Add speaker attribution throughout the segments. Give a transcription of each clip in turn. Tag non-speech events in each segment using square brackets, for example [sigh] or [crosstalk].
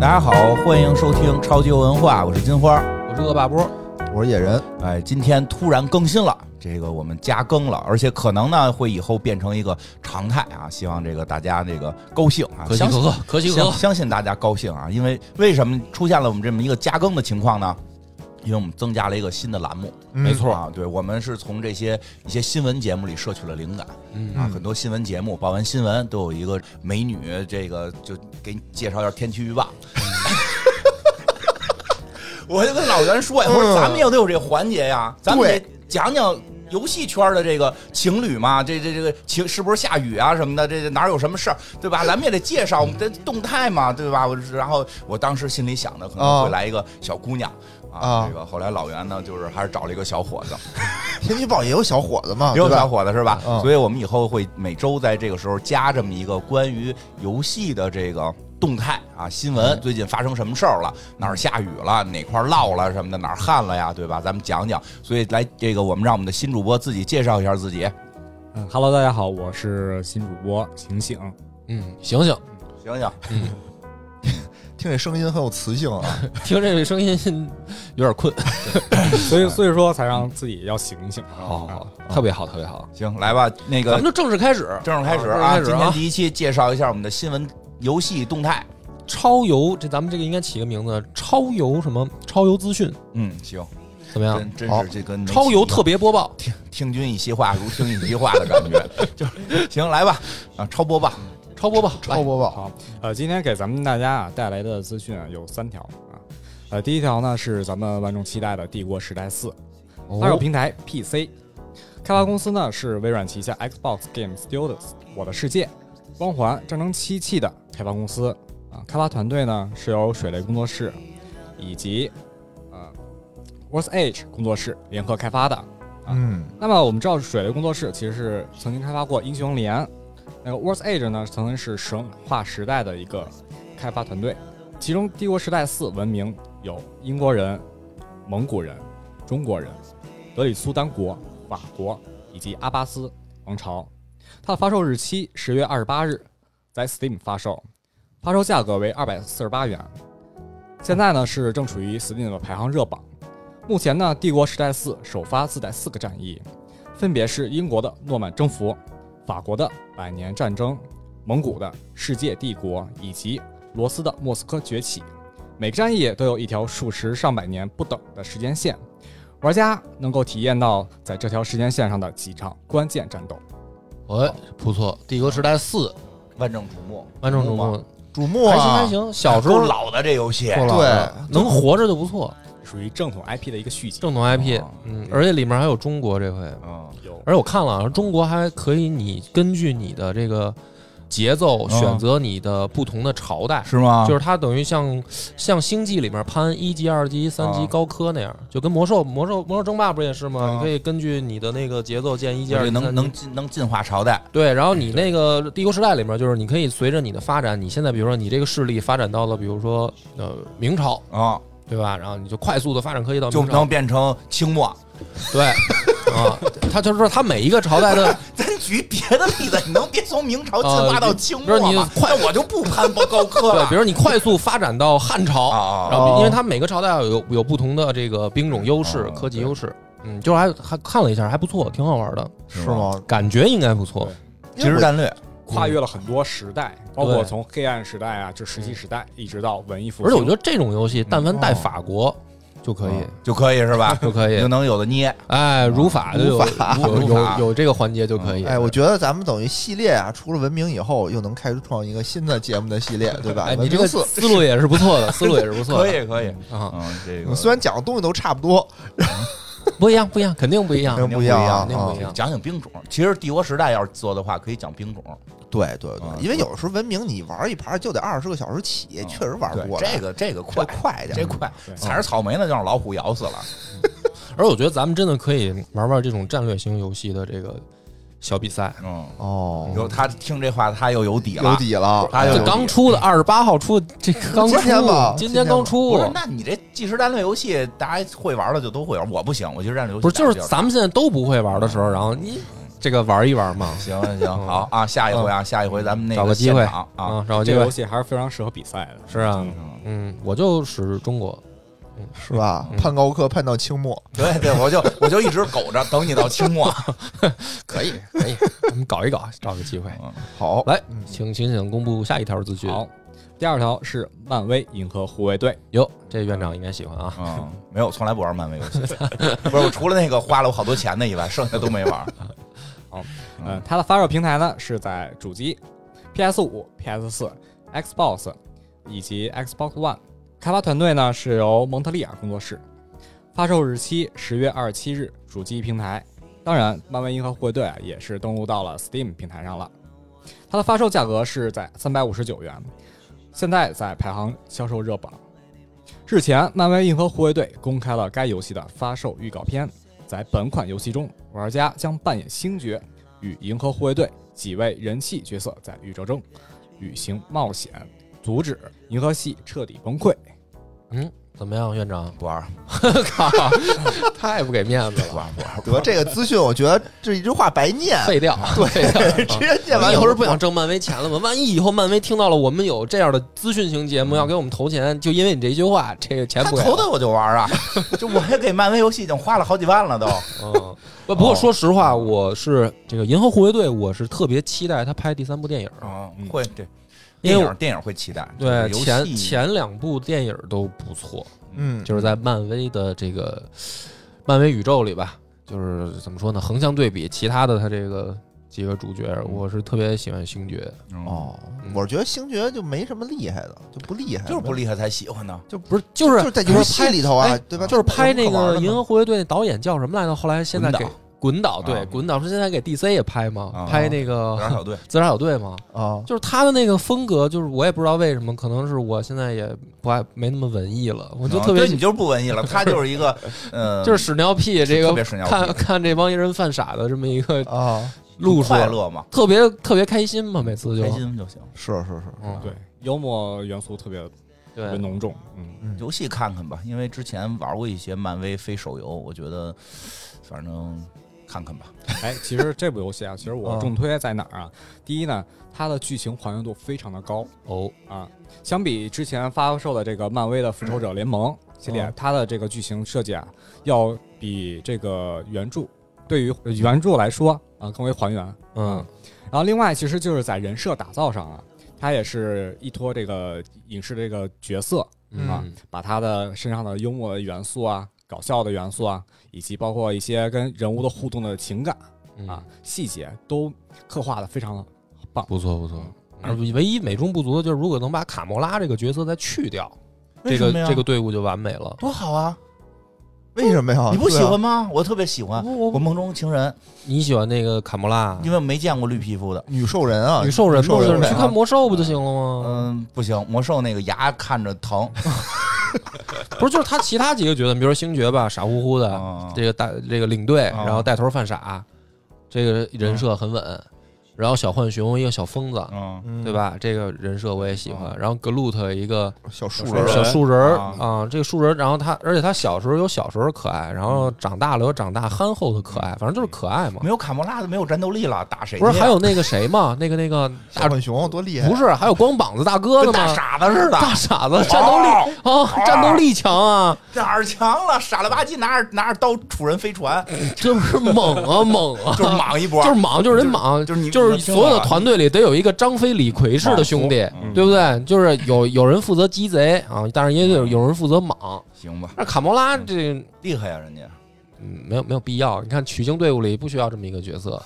Speaker 1: 大家好，欢迎收听超级游文化，我是金花，
Speaker 2: 我是恶霸波。
Speaker 3: 我是野人，
Speaker 1: 哎，今天突然更新了，这个我们加更了，而且可能呢会以后变成一个常态啊，希望这个大家这个高兴啊，
Speaker 2: 可喜
Speaker 1: 相
Speaker 2: 可
Speaker 1: 信
Speaker 2: 贺，可喜可
Speaker 1: 相
Speaker 2: 贺。
Speaker 1: 相信大家高兴啊，因为为什么出现了我们这么一个加更的情况呢？因为我们增加了一个新的栏目，
Speaker 3: 没
Speaker 2: 错
Speaker 1: 啊，对我们是从这些一些新闻节目里摄取了灵感，
Speaker 2: 嗯
Speaker 1: 啊，很多新闻节目报完新闻都有一个美女，这个就给你介绍一下天气
Speaker 3: [laughs]
Speaker 1: 预报。我就跟老袁说呀，我说
Speaker 3: 嗯
Speaker 1: 咱们也得有这环节呀，咱们
Speaker 3: 对
Speaker 1: 得讲讲游戏圈的这个情侣嘛，这这这个情是不是下雨啊什么的，这这哪有什么事儿，对
Speaker 3: [laughs]
Speaker 1: 吧？咱们也得介绍我们的动态嘛，对吧？我然后我当时心里想的可能
Speaker 3: 啊
Speaker 1: 会来一个小姑娘啊，
Speaker 3: 啊
Speaker 1: 这个后来老袁呢，就是还是找了一个小伙子。
Speaker 3: 天气预报也有小伙子
Speaker 2: 啊
Speaker 3: 嘛，
Speaker 1: 也有
Speaker 3: 对吧
Speaker 1: 小伙子是吧？
Speaker 3: 嗯
Speaker 1: 所以我们以后会每周在这个时候加这么一个关于游戏的这个动态啊新
Speaker 2: 嗯
Speaker 1: 闻，最近发生什么事儿了，哪儿下雨了，哪块儿涝了什么的，哪儿旱了呀，对吧？咱们讲讲。所以来这个，我们让我们的新主播自己介绍一下自己。
Speaker 4: 嗯哈喽，大家好，我是新主播醒醒。
Speaker 2: 嗯，醒醒，
Speaker 1: 醒醒，
Speaker 2: 嗯，
Speaker 3: 听这声音很有磁性啊，
Speaker 2: 听这个声 [laughs] 音有点困。
Speaker 4: 所以所以说才让自己要醒一醒。
Speaker 2: 好好
Speaker 4: 啊，
Speaker 2: 好，特别好，特别好。
Speaker 1: 行，来吧，那
Speaker 2: 咱
Speaker 1: 个
Speaker 2: 们就正式开始，
Speaker 1: 正式开始
Speaker 2: 啊
Speaker 1: 啊，
Speaker 2: 正式
Speaker 1: 今
Speaker 2: 开始
Speaker 1: 天
Speaker 2: 啊！
Speaker 1: 第一期介绍一下我们的新闻游戏动态。
Speaker 2: 超游，这咱们这个应该起个名字，超游什么？超游资讯
Speaker 1: 嗯，行，
Speaker 2: 怎么样？
Speaker 1: 真真
Speaker 3: 好
Speaker 1: 是这跟
Speaker 2: 超游特别播报，
Speaker 1: 听听君一席话，如听一席话的感
Speaker 2: [laughs]
Speaker 1: 觉，就是行，来吧，啊，超播吧，
Speaker 2: 超播报，
Speaker 3: 超
Speaker 2: 来
Speaker 3: 播报，
Speaker 4: 好，呃，今天给咱们大家啊带来的资讯啊有三条啊。呃，第一条呢是咱们万众期待的《帝国时代四》，发售
Speaker 2: 哦，
Speaker 4: 平台 PC，开发公司呢是微软旗下 Xbox Game Studios、我的世界、光环、战争七系的开发公司啊。开发团队呢是由水雷工作室以及呃 Worth Edge 工作室联合开发的。
Speaker 3: 嗯，
Speaker 4: 那么我们知道，水雷工作室其实是曾经开发过《英雄联》，那个 Worth Edge 呢，曾经是神话时代的一个开发团队，其中《帝国时代四》文明有英国人、蒙古人、中国人、德里苏丹国、法国以及阿巴斯王朝。它的发售日期十月二十八日，在 Steam 发售，发售价格为二百四十八元。现在呢是正处于 Steam 的排行热榜。目前呢，《帝国时代四》首发自带四个战役，分别是英国的诺曼征服、法国的百年战争、蒙古的世界帝国以及罗斯的莫斯科崛起。每个战役都有一条数十上百年不等的时间线，玩家能够体验到在这条时间线上的几场关键战斗。
Speaker 2: 哎，不错，《帝国时代四》
Speaker 1: 万众瞩目，
Speaker 2: 万众瞩
Speaker 1: 吗
Speaker 2: 目，
Speaker 3: 瞩目
Speaker 2: 还
Speaker 3: 啊，
Speaker 2: 行还行。小时
Speaker 1: 都
Speaker 2: 候
Speaker 1: 老的这游戏，
Speaker 3: 够了，
Speaker 2: 能活着就不错，
Speaker 4: 属于正统 IP 的一个续集。
Speaker 2: 正统 IP，
Speaker 1: 哦
Speaker 2: 嗯，而且里面还有中国这回，
Speaker 1: 嗯，
Speaker 4: 有
Speaker 2: 而且我看了，啊中国还可以你根据你的这个节奏选择你的不同的朝代，
Speaker 1: 是吗？
Speaker 2: 就是是它等于像像星际里面攀一级、二级、三级
Speaker 1: 啊
Speaker 2: 高科那样，就跟魔兽魔兽魔兽争霸不也是吗？
Speaker 1: 啊
Speaker 2: 你可以根据你的那个节奏建一级、二级、
Speaker 1: 能
Speaker 2: 三级
Speaker 1: 能进能进化朝代，
Speaker 2: 对，然后你那个帝国时代里面，就是你可以随着你的发展，你现在比如说你这个势力发展到了，比如说呃明朝，
Speaker 1: 啊，
Speaker 2: 对吧？然后你就快速的发展科技到
Speaker 1: 就
Speaker 2: 明朝
Speaker 1: 能，变成清末。
Speaker 2: 对啊，他就是说他每一个朝代的
Speaker 1: 咱举别的例子，你能别从明朝进化到清
Speaker 2: 不是
Speaker 1: 末
Speaker 2: 你
Speaker 1: 吗？快，我就不攀不高科
Speaker 2: [laughs]
Speaker 3: [laughs]
Speaker 2: 对，
Speaker 1: 了
Speaker 2: 比。如你快速发展到汉朝，
Speaker 1: 啊啊啊
Speaker 2: 然后因为它每个朝代有有不同的这个兵种优势、
Speaker 1: 啊
Speaker 3: 哦
Speaker 2: 科技优势，嗯，就是还还看了一下，还不错，挺好玩的，
Speaker 3: 是？吗？
Speaker 2: 感觉应该不错。
Speaker 1: 即时战略，
Speaker 4: 跨越了很多时代，包
Speaker 2: 嗯对嗯
Speaker 4: 括从黑暗时代啊，就石器时代，一直到文艺复兴。
Speaker 2: 而且我觉得这种游
Speaker 3: 嗯
Speaker 2: 戏，但凡带法国就可
Speaker 3: 哦
Speaker 2: 以，
Speaker 1: 就可以是吧？
Speaker 2: 就可
Speaker 1: 你
Speaker 2: 以
Speaker 3: 嗯
Speaker 1: 就，能有的捏。
Speaker 2: [laughs] 哎，如法就有有
Speaker 3: [laughs]
Speaker 2: 有
Speaker 1: 如法
Speaker 2: 有有这个环节就可以。
Speaker 3: 哎，我觉得咱们等于系列啊，出了文明以后，又能开创一个新的节目的系列，对吧？
Speaker 2: 哎，
Speaker 3: 文
Speaker 2: 你这
Speaker 3: 明
Speaker 2: 个
Speaker 3: 四，
Speaker 2: 思路也是不错的，思路也是不错的，
Speaker 3: [laughs]
Speaker 1: 可以可以，
Speaker 2: 啊，
Speaker 1: 嗯，这
Speaker 3: 虽然讲的东西都差不多，
Speaker 2: 不一样，不一样，肯定不一样
Speaker 3: 肯，定不一样啊
Speaker 2: 肯定不一样。
Speaker 1: 嗯讲讲兵种，其实帝国时代要是做的话，可以讲兵种。
Speaker 3: 对对对
Speaker 1: 啊，
Speaker 3: 因为有时候文明你玩一盘就得二十个小时起，
Speaker 1: 嗯
Speaker 3: 确实玩不
Speaker 1: 对
Speaker 3: 过来
Speaker 1: 这个这个快
Speaker 3: 快，快一
Speaker 1: 这
Speaker 3: 点，
Speaker 1: 快
Speaker 4: 对
Speaker 1: 踩着草莓呢，就让老虎咬死了。
Speaker 2: 而我觉得咱们真的可以玩玩这种战略型游戏的这个小比赛，
Speaker 1: 嗯，
Speaker 3: 哦，
Speaker 1: 有他听这话，他又有底了。
Speaker 3: 有底了，
Speaker 1: 他又
Speaker 2: 这刚出的二十八号出，这刚出，
Speaker 3: 今天吧
Speaker 2: 今天刚出
Speaker 1: 不是，，那你这即时战略游戏，大家会玩的就都会玩，我不行，我即时战略游戏
Speaker 2: 不是就
Speaker 1: 打
Speaker 2: 是
Speaker 1: 得比较少
Speaker 2: 咱们现在都不会玩的时候，然后你这个玩一玩 [laughs] 嘛。
Speaker 1: 行行行，好啊，下一回啊，下一回咱们那
Speaker 2: 嗯找个机
Speaker 1: 现
Speaker 2: 会
Speaker 1: 场啊，
Speaker 2: 啊，然后这
Speaker 4: 这个游
Speaker 2: 个
Speaker 4: 戏还是非常适合比赛的。
Speaker 2: 是啊，
Speaker 1: 嗯
Speaker 2: 嗯，我就使中国，
Speaker 3: 是吧？
Speaker 2: 嗯
Speaker 3: 盼高科盼到清末，
Speaker 1: 对对，我就我就一直苟着，等你到清末。
Speaker 2: [laughs] 可以可以，我们嗯搞一搞，找个机会。
Speaker 3: 好，
Speaker 2: 来，请请请公布下一条资讯。
Speaker 4: 好，第二条是漫威银河护卫队，
Speaker 2: 哟，这院长应该喜欢啊。
Speaker 1: 嗯，没有，从来不玩漫威游戏， [laughs] 不是我除了那个花了我好多钱的以外，剩下都没玩。？
Speaker 4: 嗯，它的发售平台呢是在主机、PS 五、PS 四、Xbox 以及 Xbox One。开发团队呢是由蒙特利尔工作室，发售日期十月二十七日，主机平台。当然，漫威银河护卫队啊也是登陆到了 Steam 平台上了。它的发售价格是在三百五十九元，现在在排行销售热榜。日前，漫威银河护卫队公开了该游戏的发售预告片，在本款游戏中，玩家将扮演星爵与银河护卫队几位人气角色在宇宙中旅行冒险，阻止银河系彻底崩溃。
Speaker 2: 嗯，怎么样，院长
Speaker 1: 不玩，
Speaker 2: [laughs] 靠，太不给面子
Speaker 1: 不
Speaker 2: 了，
Speaker 1: 玩，不玩。
Speaker 3: 得这个资讯，我觉得这一句话白念，
Speaker 2: [laughs] 废掉，对， [laughs] 废掉。
Speaker 3: 直接念
Speaker 2: 我
Speaker 3: 完
Speaker 2: 以后是
Speaker 3: 是
Speaker 2: 不想挣漫威钱了吗？万一以后漫威听到了我们有这样的资讯型节目，要给我们投钱，就因为你这一句话，这个钱
Speaker 1: 他
Speaker 2: 不给
Speaker 1: 投
Speaker 2: 了。
Speaker 1: 的我就玩啊， [laughs] 就我也给漫威游戏已经花了好几万
Speaker 2: [laughs]
Speaker 1: 了都。
Speaker 2: 嗯，不不过说实话，我是这个《银河护卫队》，我是特别期待他拍第三部电影，
Speaker 1: 嗯
Speaker 4: 嗯，
Speaker 1: 会对，
Speaker 2: 因
Speaker 1: 电
Speaker 2: 为我
Speaker 1: 影电影会期待，
Speaker 2: 对
Speaker 1: 就是游
Speaker 2: 前
Speaker 1: 戏
Speaker 2: 前两部电影都不错，
Speaker 3: 嗯，
Speaker 2: 就是在漫威的这个漫威宇宙里吧，就是怎么说呢，横向对比其他的他这个几个主角，我是特别喜欢星爵，
Speaker 1: 嗯
Speaker 3: 哦，我觉得星爵就没什么厉害的，就不厉害，
Speaker 1: 就是不厉害才喜欢呢。
Speaker 2: 就不是就是
Speaker 3: 就是在游戏里头啊
Speaker 2: 哎，
Speaker 3: 对吧？
Speaker 2: 就是拍那
Speaker 3: 有什么可
Speaker 2: 个
Speaker 3: 玩
Speaker 2: 《
Speaker 3: 的呢
Speaker 2: 银河护卫队》那导演叫什么来着？后来现在给
Speaker 1: 滚
Speaker 2: 滚导
Speaker 1: 啊
Speaker 2: 对滚导是现在给 DC 也拍嘛
Speaker 1: 啊，
Speaker 2: 拍那
Speaker 1: 有
Speaker 2: 个
Speaker 1: 点小队，
Speaker 2: 自杀小队嘛，
Speaker 3: 啊，
Speaker 2: 就是他的那个风格，就是我也不知道为什么，可能是我现在也不爱没那么文艺了，我就
Speaker 1: 嗯
Speaker 2: 特别
Speaker 1: 对你就是不文艺了，他就是一
Speaker 2: [laughs]
Speaker 1: 个呃，
Speaker 2: 就是屎尿屁这
Speaker 1: 特
Speaker 2: 个
Speaker 1: 别屎尿屁
Speaker 2: 看看这帮人犯傻的这么一个
Speaker 3: 啊，
Speaker 2: 路数，
Speaker 1: 快乐嘛，
Speaker 2: 特别特别开心嘛，每次就
Speaker 1: 开心嗯就行。
Speaker 3: 是是是，
Speaker 2: 嗯
Speaker 4: 对，幽默元素特别特别
Speaker 2: 对，
Speaker 4: 浓重。嗯，
Speaker 3: 嗯，
Speaker 1: 游戏看看吧，因为之前玩过一些漫威非手游，我觉得反正看看吧。
Speaker 4: 哎，其实这部游戏啊，其实我
Speaker 3: 嗯
Speaker 4: 重推在哪儿啊？第一呢，它的剧情还原度非常的高
Speaker 2: 哦，
Speaker 4: 啊，相比之前发售的这个漫威的复仇者联盟系列
Speaker 3: 嗯，
Speaker 4: 它的这个剧情设计啊，要比这个原著对于原著来说啊更为还原。
Speaker 2: 嗯
Speaker 4: 然后另外，其实就是在人设打造上啊，他也是依托这个影视这个角色，啊
Speaker 2: 嗯，
Speaker 4: 把他的身上的幽默的元素啊、搞笑的元素啊，以及包括一些跟人物的互动的情感
Speaker 2: 嗯
Speaker 4: 啊、细节，都刻画的非常的棒。
Speaker 2: 不错不错。
Speaker 1: 嗯
Speaker 2: 而唯一美中不足的就是，如果能把卡莫拉这个角色再去掉，这
Speaker 1: 为什
Speaker 2: 个
Speaker 1: 么呀
Speaker 2: 这个队伍就完美了。
Speaker 1: 多好啊！
Speaker 3: 为什么呀？
Speaker 1: 你不喜
Speaker 3: 对啊
Speaker 1: 欢吗？我特别喜欢。
Speaker 2: 我
Speaker 1: 我梦中情人，
Speaker 2: 你喜欢那个卡莫拉
Speaker 1: 因为我没见过绿皮肤的。
Speaker 3: 女兽人啊？
Speaker 2: 女兽人
Speaker 3: 兽
Speaker 2: 嘛？
Speaker 3: 人
Speaker 2: 就是你
Speaker 3: 呗
Speaker 2: 去
Speaker 3: 啊
Speaker 2: 看魔兽不就行了吗？
Speaker 1: 嗯，不行，魔兽那个牙看着
Speaker 2: [laughs]
Speaker 1: 疼。
Speaker 2: 不是，就是他其他几个角色，比如说星爵吧，傻乎乎的，
Speaker 1: 嗯
Speaker 2: 啊这个带这个领队，
Speaker 1: 啊
Speaker 2: 然后带头犯傻，这个人设很稳。然后小浣熊一个小疯子，
Speaker 1: 嗯，哦
Speaker 3: 嗯
Speaker 2: 对？吧？这个人设我也喜欢。然后格鲁特一个
Speaker 3: 小树
Speaker 4: 小
Speaker 3: 人
Speaker 4: 树
Speaker 2: 小
Speaker 3: 儿
Speaker 4: 人
Speaker 2: 树人儿
Speaker 1: 啊
Speaker 2: 啊，这个树人儿，然后他，而且他小时候有小时候可爱，然后长大了有长大憨厚的可爱，反正就是可爱嘛
Speaker 1: 嗯没。有卡莫拉的，没有战斗力了，打谁去啊
Speaker 2: 不
Speaker 1: 呀？
Speaker 2: 是还有那个谁嘛？那个那个
Speaker 3: 小
Speaker 2: 大
Speaker 3: 浣熊多厉害？
Speaker 2: 不是还有光膀子大哥
Speaker 1: 跟
Speaker 2: 的
Speaker 1: 大
Speaker 2: 吗？
Speaker 1: 傻子似的，
Speaker 2: 大傻子战斗力
Speaker 1: 力
Speaker 2: 哦，战斗力强啊，
Speaker 1: 哪儿强了？傻了吧唧，拿着拿着刀杵人飞船，
Speaker 2: 这不是猛啊猛
Speaker 1: [laughs]
Speaker 2: 啊，
Speaker 1: 就是莽一波，
Speaker 2: [laughs] 就是莽，就是人莽，
Speaker 1: 就是你
Speaker 2: 就是所有的
Speaker 1: 团
Speaker 2: 团队里得有一个张飞、李逵式的兄弟，
Speaker 1: 嗯
Speaker 2: 对不对？就是有有人负责鸡贼啊，但是也有有人负责莽。
Speaker 1: 行吧，
Speaker 2: 那卡莫拉这
Speaker 1: 厉害呀、人家。 [laughs]
Speaker 2: 嗯没有没有必要，你看取经队伍里不需要这么一个角色，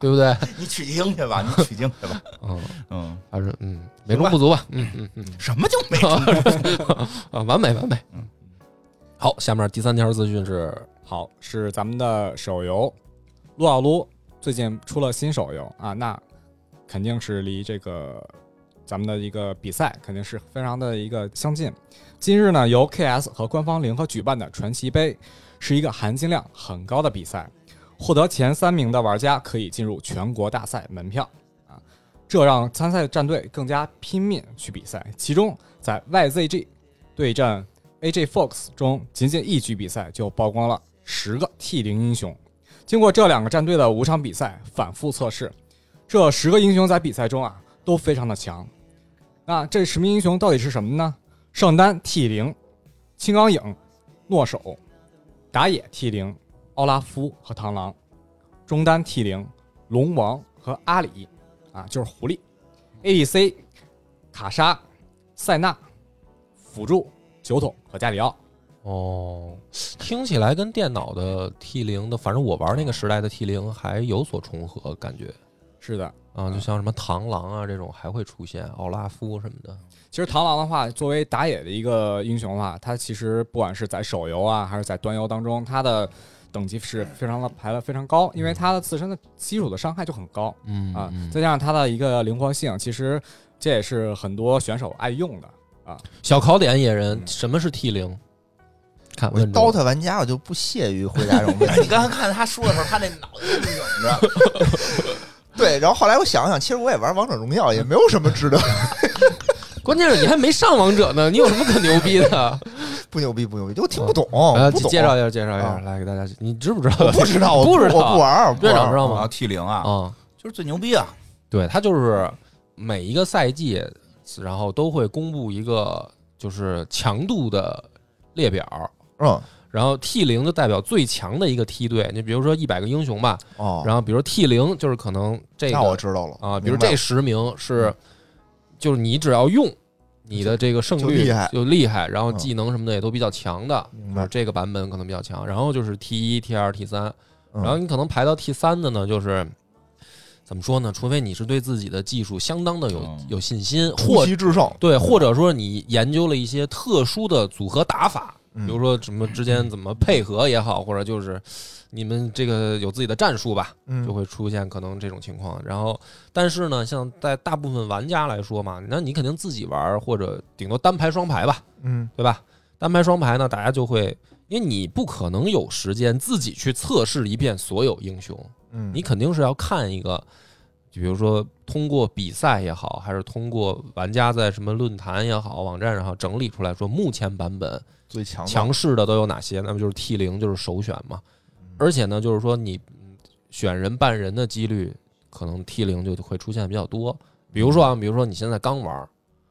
Speaker 2: 对不对？
Speaker 1: 你取经去吧，你取经去吧。
Speaker 2: 嗯，
Speaker 1: 嗯，
Speaker 2: 还是嗯美中不足吧，嗯嗯嗯
Speaker 1: 什么
Speaker 2: [laughs]
Speaker 1: 就没成功？
Speaker 2: 啊，完美完美。
Speaker 1: 嗯
Speaker 2: 好，下面第三条资讯是
Speaker 4: 好，是咱们的手游《撸啊撸》最近出了新手游啊，那肯定是离这个咱们的一个比赛肯定是非常的一个相近。今日呢，由 KS 和官方联合举办的传奇杯是一个含金量很高的比赛，获得前三名的玩家可以进入全国大赛门票啊，这让参赛战队更加拼命去比赛。其中在 YZG 对战 AJ Fox 中，仅仅一局比赛就曝光了十个 T 零英雄，经过这两个战队的五场比赛反复测试，这十个英雄在比赛中啊都非常的强。那这十名英雄到底是什么呢？圣丹 T 零、青钢影、诺手、打野 T 零、奥拉夫和螳螂，中单 T 零、龙王和阿里，啊就是狐狸，ADC 卡莎、塞纳、辅助酒桶和加里奥。
Speaker 2: 哦，听起来跟电脑的 T 零的，反正我玩那个时代的 T 零还有所重合，感觉
Speaker 4: 是的，
Speaker 2: 啊，就像什么螳螂啊这种还会出现，奥拉夫什么的。
Speaker 4: 其实螳螂的话，作为打野的一个英雄的话，它其实不管是在手游啊，还是在端游当中，它的等级是非常的排的非常高，因为它的自身的基础的伤害就很高
Speaker 2: 嗯
Speaker 4: 啊，再加上它的一个灵活性，其实这也是很多选手爱用的。
Speaker 2: [laughs] 小考点野人，什么是 T 零？看
Speaker 3: 我
Speaker 2: 问住了
Speaker 3: DOTA 玩家，我就不屑于回答这种问
Speaker 1: 你
Speaker 3: 题。 [laughs]
Speaker 1: 刚才看他说的时候，他那脑袋拧着，
Speaker 3: 对，然后后来我想想，其实我也玩王者荣耀，也没有什么值得 [laughs]
Speaker 2: 关键是你还没上王者呢，你有什么可牛逼 [laughs] 的？哦
Speaker 3: 不牛逼不牛逼，就听不懂，
Speaker 2: 来，
Speaker 3: 不
Speaker 2: 啊
Speaker 3: 懂。
Speaker 2: 介绍一下，介绍一下，
Speaker 3: 啊
Speaker 2: 来给大家，你知不知道？
Speaker 3: 我不知道，我
Speaker 2: 不知道
Speaker 3: 我不玩儿，我不
Speaker 2: [laughs] 院
Speaker 3: 玩
Speaker 2: 长知
Speaker 3: 儿。
Speaker 2: 道
Speaker 1: 啊
Speaker 2: 吗？
Speaker 1: ，T 零啊，
Speaker 2: 啊，
Speaker 1: 就是最牛逼啊！
Speaker 2: 对，他就是每一个赛季，然后都会公布一个就是强度的列表，
Speaker 3: 嗯，
Speaker 2: 然后 T 零就代表最强的一个梯队，你比如说一百个英雄吧，
Speaker 3: 哦，
Speaker 2: 然后比如 T 零就是可能这
Speaker 3: 那我
Speaker 2: 个
Speaker 3: 知道了
Speaker 2: 啊，比如
Speaker 3: 明白嗯
Speaker 2: 这十名是，就是你只要用你的这个胜
Speaker 3: 就
Speaker 2: 率
Speaker 3: 厉害
Speaker 2: 就厉害，然后
Speaker 3: 嗯
Speaker 2: 技能什么的也都比较强的，
Speaker 3: 明
Speaker 2: 就是
Speaker 3: 白，
Speaker 2: 这个版本可能比较强，然后就是 T 一、T 二、T 三，
Speaker 3: 嗯
Speaker 2: 然后你可能排到 T 三的呢，就是怎么说呢？除非你是对自己的技术相当的有、
Speaker 1: 嗯
Speaker 2: 有信心，
Speaker 3: 出
Speaker 2: 或
Speaker 3: 奇制胜，
Speaker 2: 对，或者说你研究了一些特殊的组合打法，
Speaker 3: 嗯
Speaker 2: 比如说什么之间怎么配合也好，或者就是你们这个有自己的战术吧，
Speaker 3: 嗯
Speaker 2: 就会出现可能这种情况。然后，但是呢，像在大部分玩家来说嘛，那你肯定自己玩儿或者顶多单排双排吧，
Speaker 3: 嗯
Speaker 2: 对吧？单排双排呢，大家就会，因为你不可能有时间自己去测试一遍所有英雄，
Speaker 3: 嗯，
Speaker 2: 你肯定是要看一个，比如说通过比赛也好，还是通过玩家在什么论坛也好、网站上也好整理出来说，目前版本
Speaker 3: 最强的
Speaker 2: 强势的都有哪些？那么就是 T 零就是首选嘛，而且呢，就是说你嗯选人办人的几率，可能 T 零就会出现比较多。比如说啊，比如说你现在刚玩儿，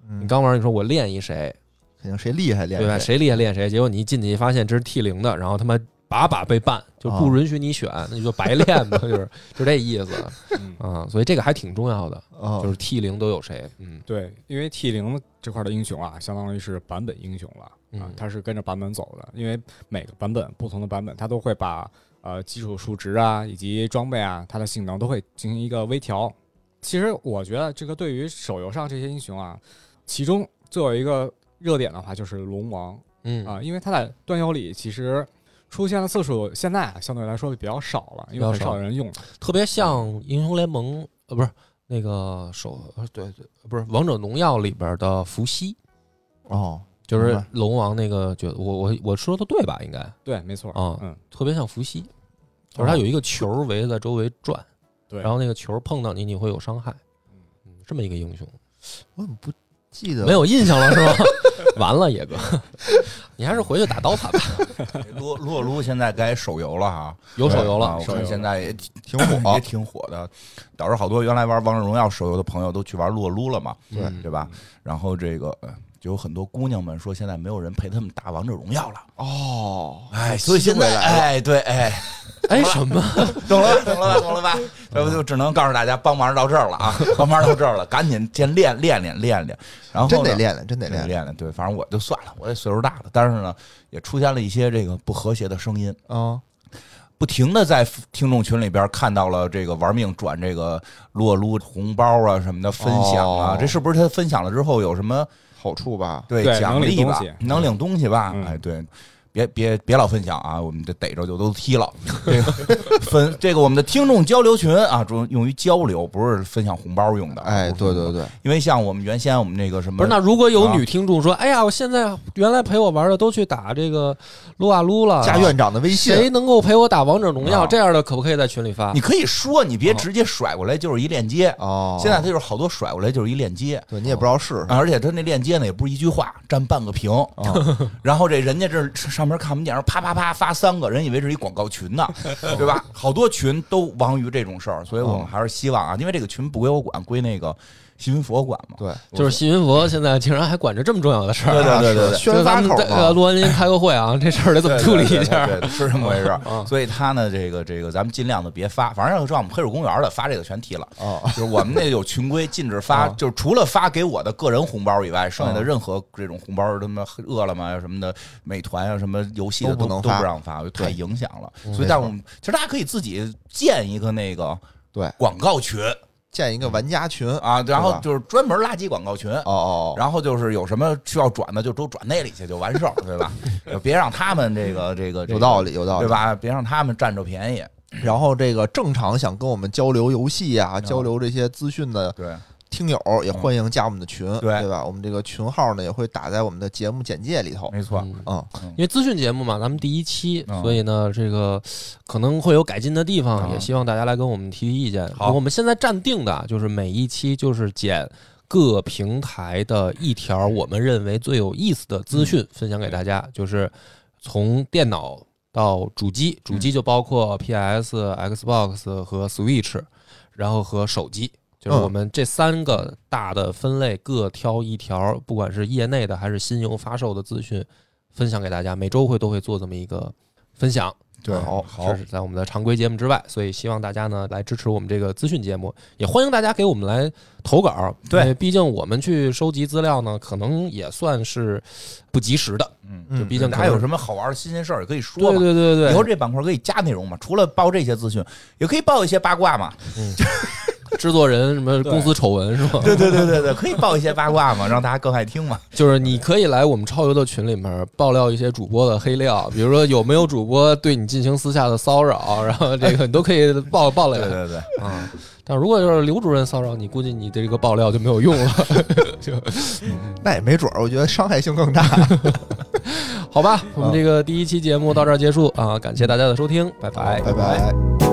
Speaker 3: 嗯
Speaker 2: 你刚玩儿，你说我练一谁，
Speaker 3: 肯定谁厉害厉害
Speaker 2: 对吧？谁
Speaker 3: 谁
Speaker 2: 厉害练谁，结果你一进去一发现这是 T 零的，然后他妈把把被办，就不允许你选，那你就白练吧， [laughs] 就是就这意思
Speaker 4: 嗯，
Speaker 2: 啊。所以这个还挺重要的，
Speaker 3: 哦
Speaker 2: 就是 T 零都有谁，嗯
Speaker 4: 对，因为 T 零这块的英雄啊，相当于是版本英雄了、啊
Speaker 2: 嗯，
Speaker 4: 它是跟着版本走的，因为每个版本不同的版本，它都会把呃基础数值啊以及装备啊，它的性能都会进行一个微调。其实我觉得这个对于手游上这些英雄啊，其中最有一个热点的话就是龙王
Speaker 2: 嗯
Speaker 4: 啊、因为它在端游里其实出现的次数现在啊相对来说比较少了，
Speaker 2: 比
Speaker 4: 因为
Speaker 2: 较
Speaker 4: 很
Speaker 2: 少
Speaker 4: 少有人用它。
Speaker 2: 特别像英雄联盟呃不是那个手呃对对不是王者荣耀里边的伏羲，
Speaker 3: 哦，
Speaker 2: 就是
Speaker 3: 明白
Speaker 2: 龙王那个角，我我我说的对吧？应该
Speaker 4: 对，没错，
Speaker 2: 啊
Speaker 4: 嗯，
Speaker 2: 特别像伏羲，就是它有一个球围在周围转，
Speaker 4: 对，
Speaker 2: 然后那个球碰到你你会有伤害，嗯，这么一个英雄。
Speaker 3: 我怎么不记得
Speaker 2: 没有印象了
Speaker 1: [laughs]
Speaker 2: 是吧？完了，野哥，你还是回去打刀塔吧。
Speaker 1: 撸撸啊撸现在该手游了哈，
Speaker 2: 有手游
Speaker 1: 啊
Speaker 2: 了
Speaker 1: 我
Speaker 4: 手游
Speaker 1: 看
Speaker 4: 了
Speaker 1: 现在也挺 [clears throat]
Speaker 3: 挺火
Speaker 1: 也挺火的，导致好多原来玩王者荣耀手游的朋友都去玩撸啊撸了嘛，
Speaker 3: 对
Speaker 2: 嗯
Speaker 1: 对吧？然后这个呃就有很多姑娘们说，现在没有人陪他们打王者荣耀了，
Speaker 3: 哦，
Speaker 1: 哎，所以现
Speaker 3: 吸
Speaker 1: 在
Speaker 3: 回来了
Speaker 1: 哎对哎，
Speaker 2: 哎，什么？
Speaker 1: 懂了吧？懂了吧？懂了
Speaker 3: [laughs]
Speaker 1: 吧？要不就只能告诉大家，帮忙到这儿了啊，帮忙到这儿了，赶紧先练练练练练，然后呢
Speaker 3: 真得练练，真得
Speaker 1: 练
Speaker 3: 练
Speaker 1: 练练，对，反正我就算了，我也岁数大了，但是呢，也出现了一些这个不和谐的声音，
Speaker 3: 啊！
Speaker 1: 不停的在听众群里边看到了这个玩命转这个撸啊撸红包啊什么的分享啊，
Speaker 3: 哦
Speaker 1: 这是不是他分享了之后有什么
Speaker 3: 好处吧，
Speaker 1: 对
Speaker 4: 对
Speaker 1: 奖
Speaker 4: 能领
Speaker 1: 励吧
Speaker 4: 东西？
Speaker 1: 能领东西吧？
Speaker 4: 嗯
Speaker 1: 哎，对。别别别老分享啊！我们这逮着就都踢了。这个分这个我们的听众交流群啊，主用于交流，不是分享红包用的。
Speaker 3: 哎，
Speaker 1: 不是
Speaker 3: 对对对，
Speaker 1: 因为像我们原先我们那个什么，
Speaker 2: 不是，那如果有
Speaker 1: 啊
Speaker 2: 女听众说，哎呀，我现在原来陪我玩的都去打这个撸啊撸了，
Speaker 3: 加院长的微信，
Speaker 2: 谁能够陪我打王者荣
Speaker 1: 啊
Speaker 2: 耀？这样的可不可以在群里发
Speaker 1: 你？可以说，你别
Speaker 2: 哦
Speaker 1: 直接甩过来就是一链接。
Speaker 3: 哦，
Speaker 1: 现在啊它就是好多甩过来就是一链接，
Speaker 3: 对你也不知道是什么
Speaker 1: [laughs] 而且它那链接呢也不是一句话，占半个屏。
Speaker 3: 啊，
Speaker 1: 然后这人家这上门看我们电影，啪啪啪发三个人，以为是一广告群呢，对吧？好多群都亡于这种事儿，所以我们还是希望啊，因为这个群不归我管，归那个新云佛管嘛。
Speaker 3: 对，
Speaker 2: 就是新云佛现在竟然还管着这么重要的事儿，
Speaker 1: 对对对对对
Speaker 3: 宣发口
Speaker 2: 就是咱们在呃
Speaker 3: 嘛，
Speaker 2: 录完音开个
Speaker 1: [laughs]
Speaker 2: 会啊，这事儿得怎么处理一下？
Speaker 1: 对，对对是这么回事
Speaker 3: 嗯
Speaker 1: 儿。
Speaker 2: 啊，
Speaker 1: 所以他呢，这个这个，咱们尽量的别发，反正要知道我们黑水公园的发这个全踢了。
Speaker 3: 哦，
Speaker 1: 就是我们那有群规，禁止发，
Speaker 3: 啊
Speaker 1: 就是除了发给我的个人红包以外，剩下
Speaker 3: 嗯
Speaker 1: 的任何这种红包，他妈饿了么呀、什么的，美团啊、什么游戏的
Speaker 3: 都不能
Speaker 1: 都
Speaker 3: 发
Speaker 1: 不让发，太
Speaker 3: 对
Speaker 1: 影响了。
Speaker 2: 嗯
Speaker 1: 所以，但我们其实大家可以自己建一个那个
Speaker 3: 对
Speaker 1: 广告群
Speaker 3: 建一个玩家群，哦
Speaker 1: 啊，然
Speaker 3: 对
Speaker 1: 后
Speaker 3: 吧
Speaker 1: 就是专门垃圾广告群。
Speaker 3: 哦，哦
Speaker 1: 然后就是有什么需要转的，就都转那里去就完事儿，对
Speaker 3: [laughs]
Speaker 1: 吧？别让他们这个这个这个
Speaker 3: 有道理，有道理，
Speaker 1: 对？吧？别让他们占着便宜。
Speaker 3: 然后这个正常想跟我们交流游戏啊、交流这些资讯的
Speaker 1: 对，
Speaker 3: 听友，也欢迎加我们的群，
Speaker 1: 对
Speaker 3: 对吧？我们这个群号呢也会打在我们的节目简介里头，
Speaker 1: 没错，
Speaker 2: 嗯
Speaker 3: 嗯，
Speaker 2: 因为资讯节目嘛，咱们第一期，
Speaker 1: 嗯
Speaker 2: 所以呢，这个可能会有改进的地方，
Speaker 1: 嗯
Speaker 2: 也希望大家来跟我们提提意见。
Speaker 1: 好
Speaker 2: 我们现在暂定的啊就是每一期就是捡各平台的一条我们认为最有意思的资讯
Speaker 1: 嗯
Speaker 2: 分享给大家，就是从电脑到主机，主
Speaker 1: 嗯
Speaker 2: 机就包括 PS、Xbox 和 Switch，然后和手机。就是
Speaker 3: 嗯
Speaker 2: 我们这三个大的分类各挑一条，不管是业内的还是新游发售的资讯，分享给大家。每周会都会做这么一个分享，
Speaker 1: 对，
Speaker 3: 好
Speaker 1: 好
Speaker 2: 这，是在我们的常规节目之外，所以希望大家呢来支持我们这个资讯节目，也欢迎大家给我们来投稿。
Speaker 1: 对
Speaker 2: 因为毕竟我们去收集资料呢，可能也算是不及时的，
Speaker 1: 嗯，
Speaker 3: 嗯，
Speaker 2: 毕竟
Speaker 1: 大
Speaker 2: 可
Speaker 1: 家
Speaker 2: 能
Speaker 1: 有什么好玩的新鲜事儿也可以说嘛。
Speaker 2: 对对对对
Speaker 1: 以后这板块可以加内容嘛？除了报这些资讯，也可以报一些八卦嘛？
Speaker 2: 对，制作人什么公司丑闻是 [laughs] 吧？
Speaker 1: 对对对 [laughs] 对对，可以报一些八卦嘛，让大家更爱听嘛。
Speaker 2: 就是你可以来我们超游的群里面爆料一些主播的黑料，比如说有没有主播对你进行私下的骚扰，然后这个你都可以爆爆
Speaker 1: 对
Speaker 2: 料。
Speaker 1: 对对，
Speaker 2: 啊，但如果要是刘主任骚扰你，估计你这个爆料就没有用了，就
Speaker 3: 那也没准儿，我觉得伤害性更大。
Speaker 2: 好吧。我们这个第一期节目到这儿结束啊，感谢大家的收听，拜拜
Speaker 3: 拜拜。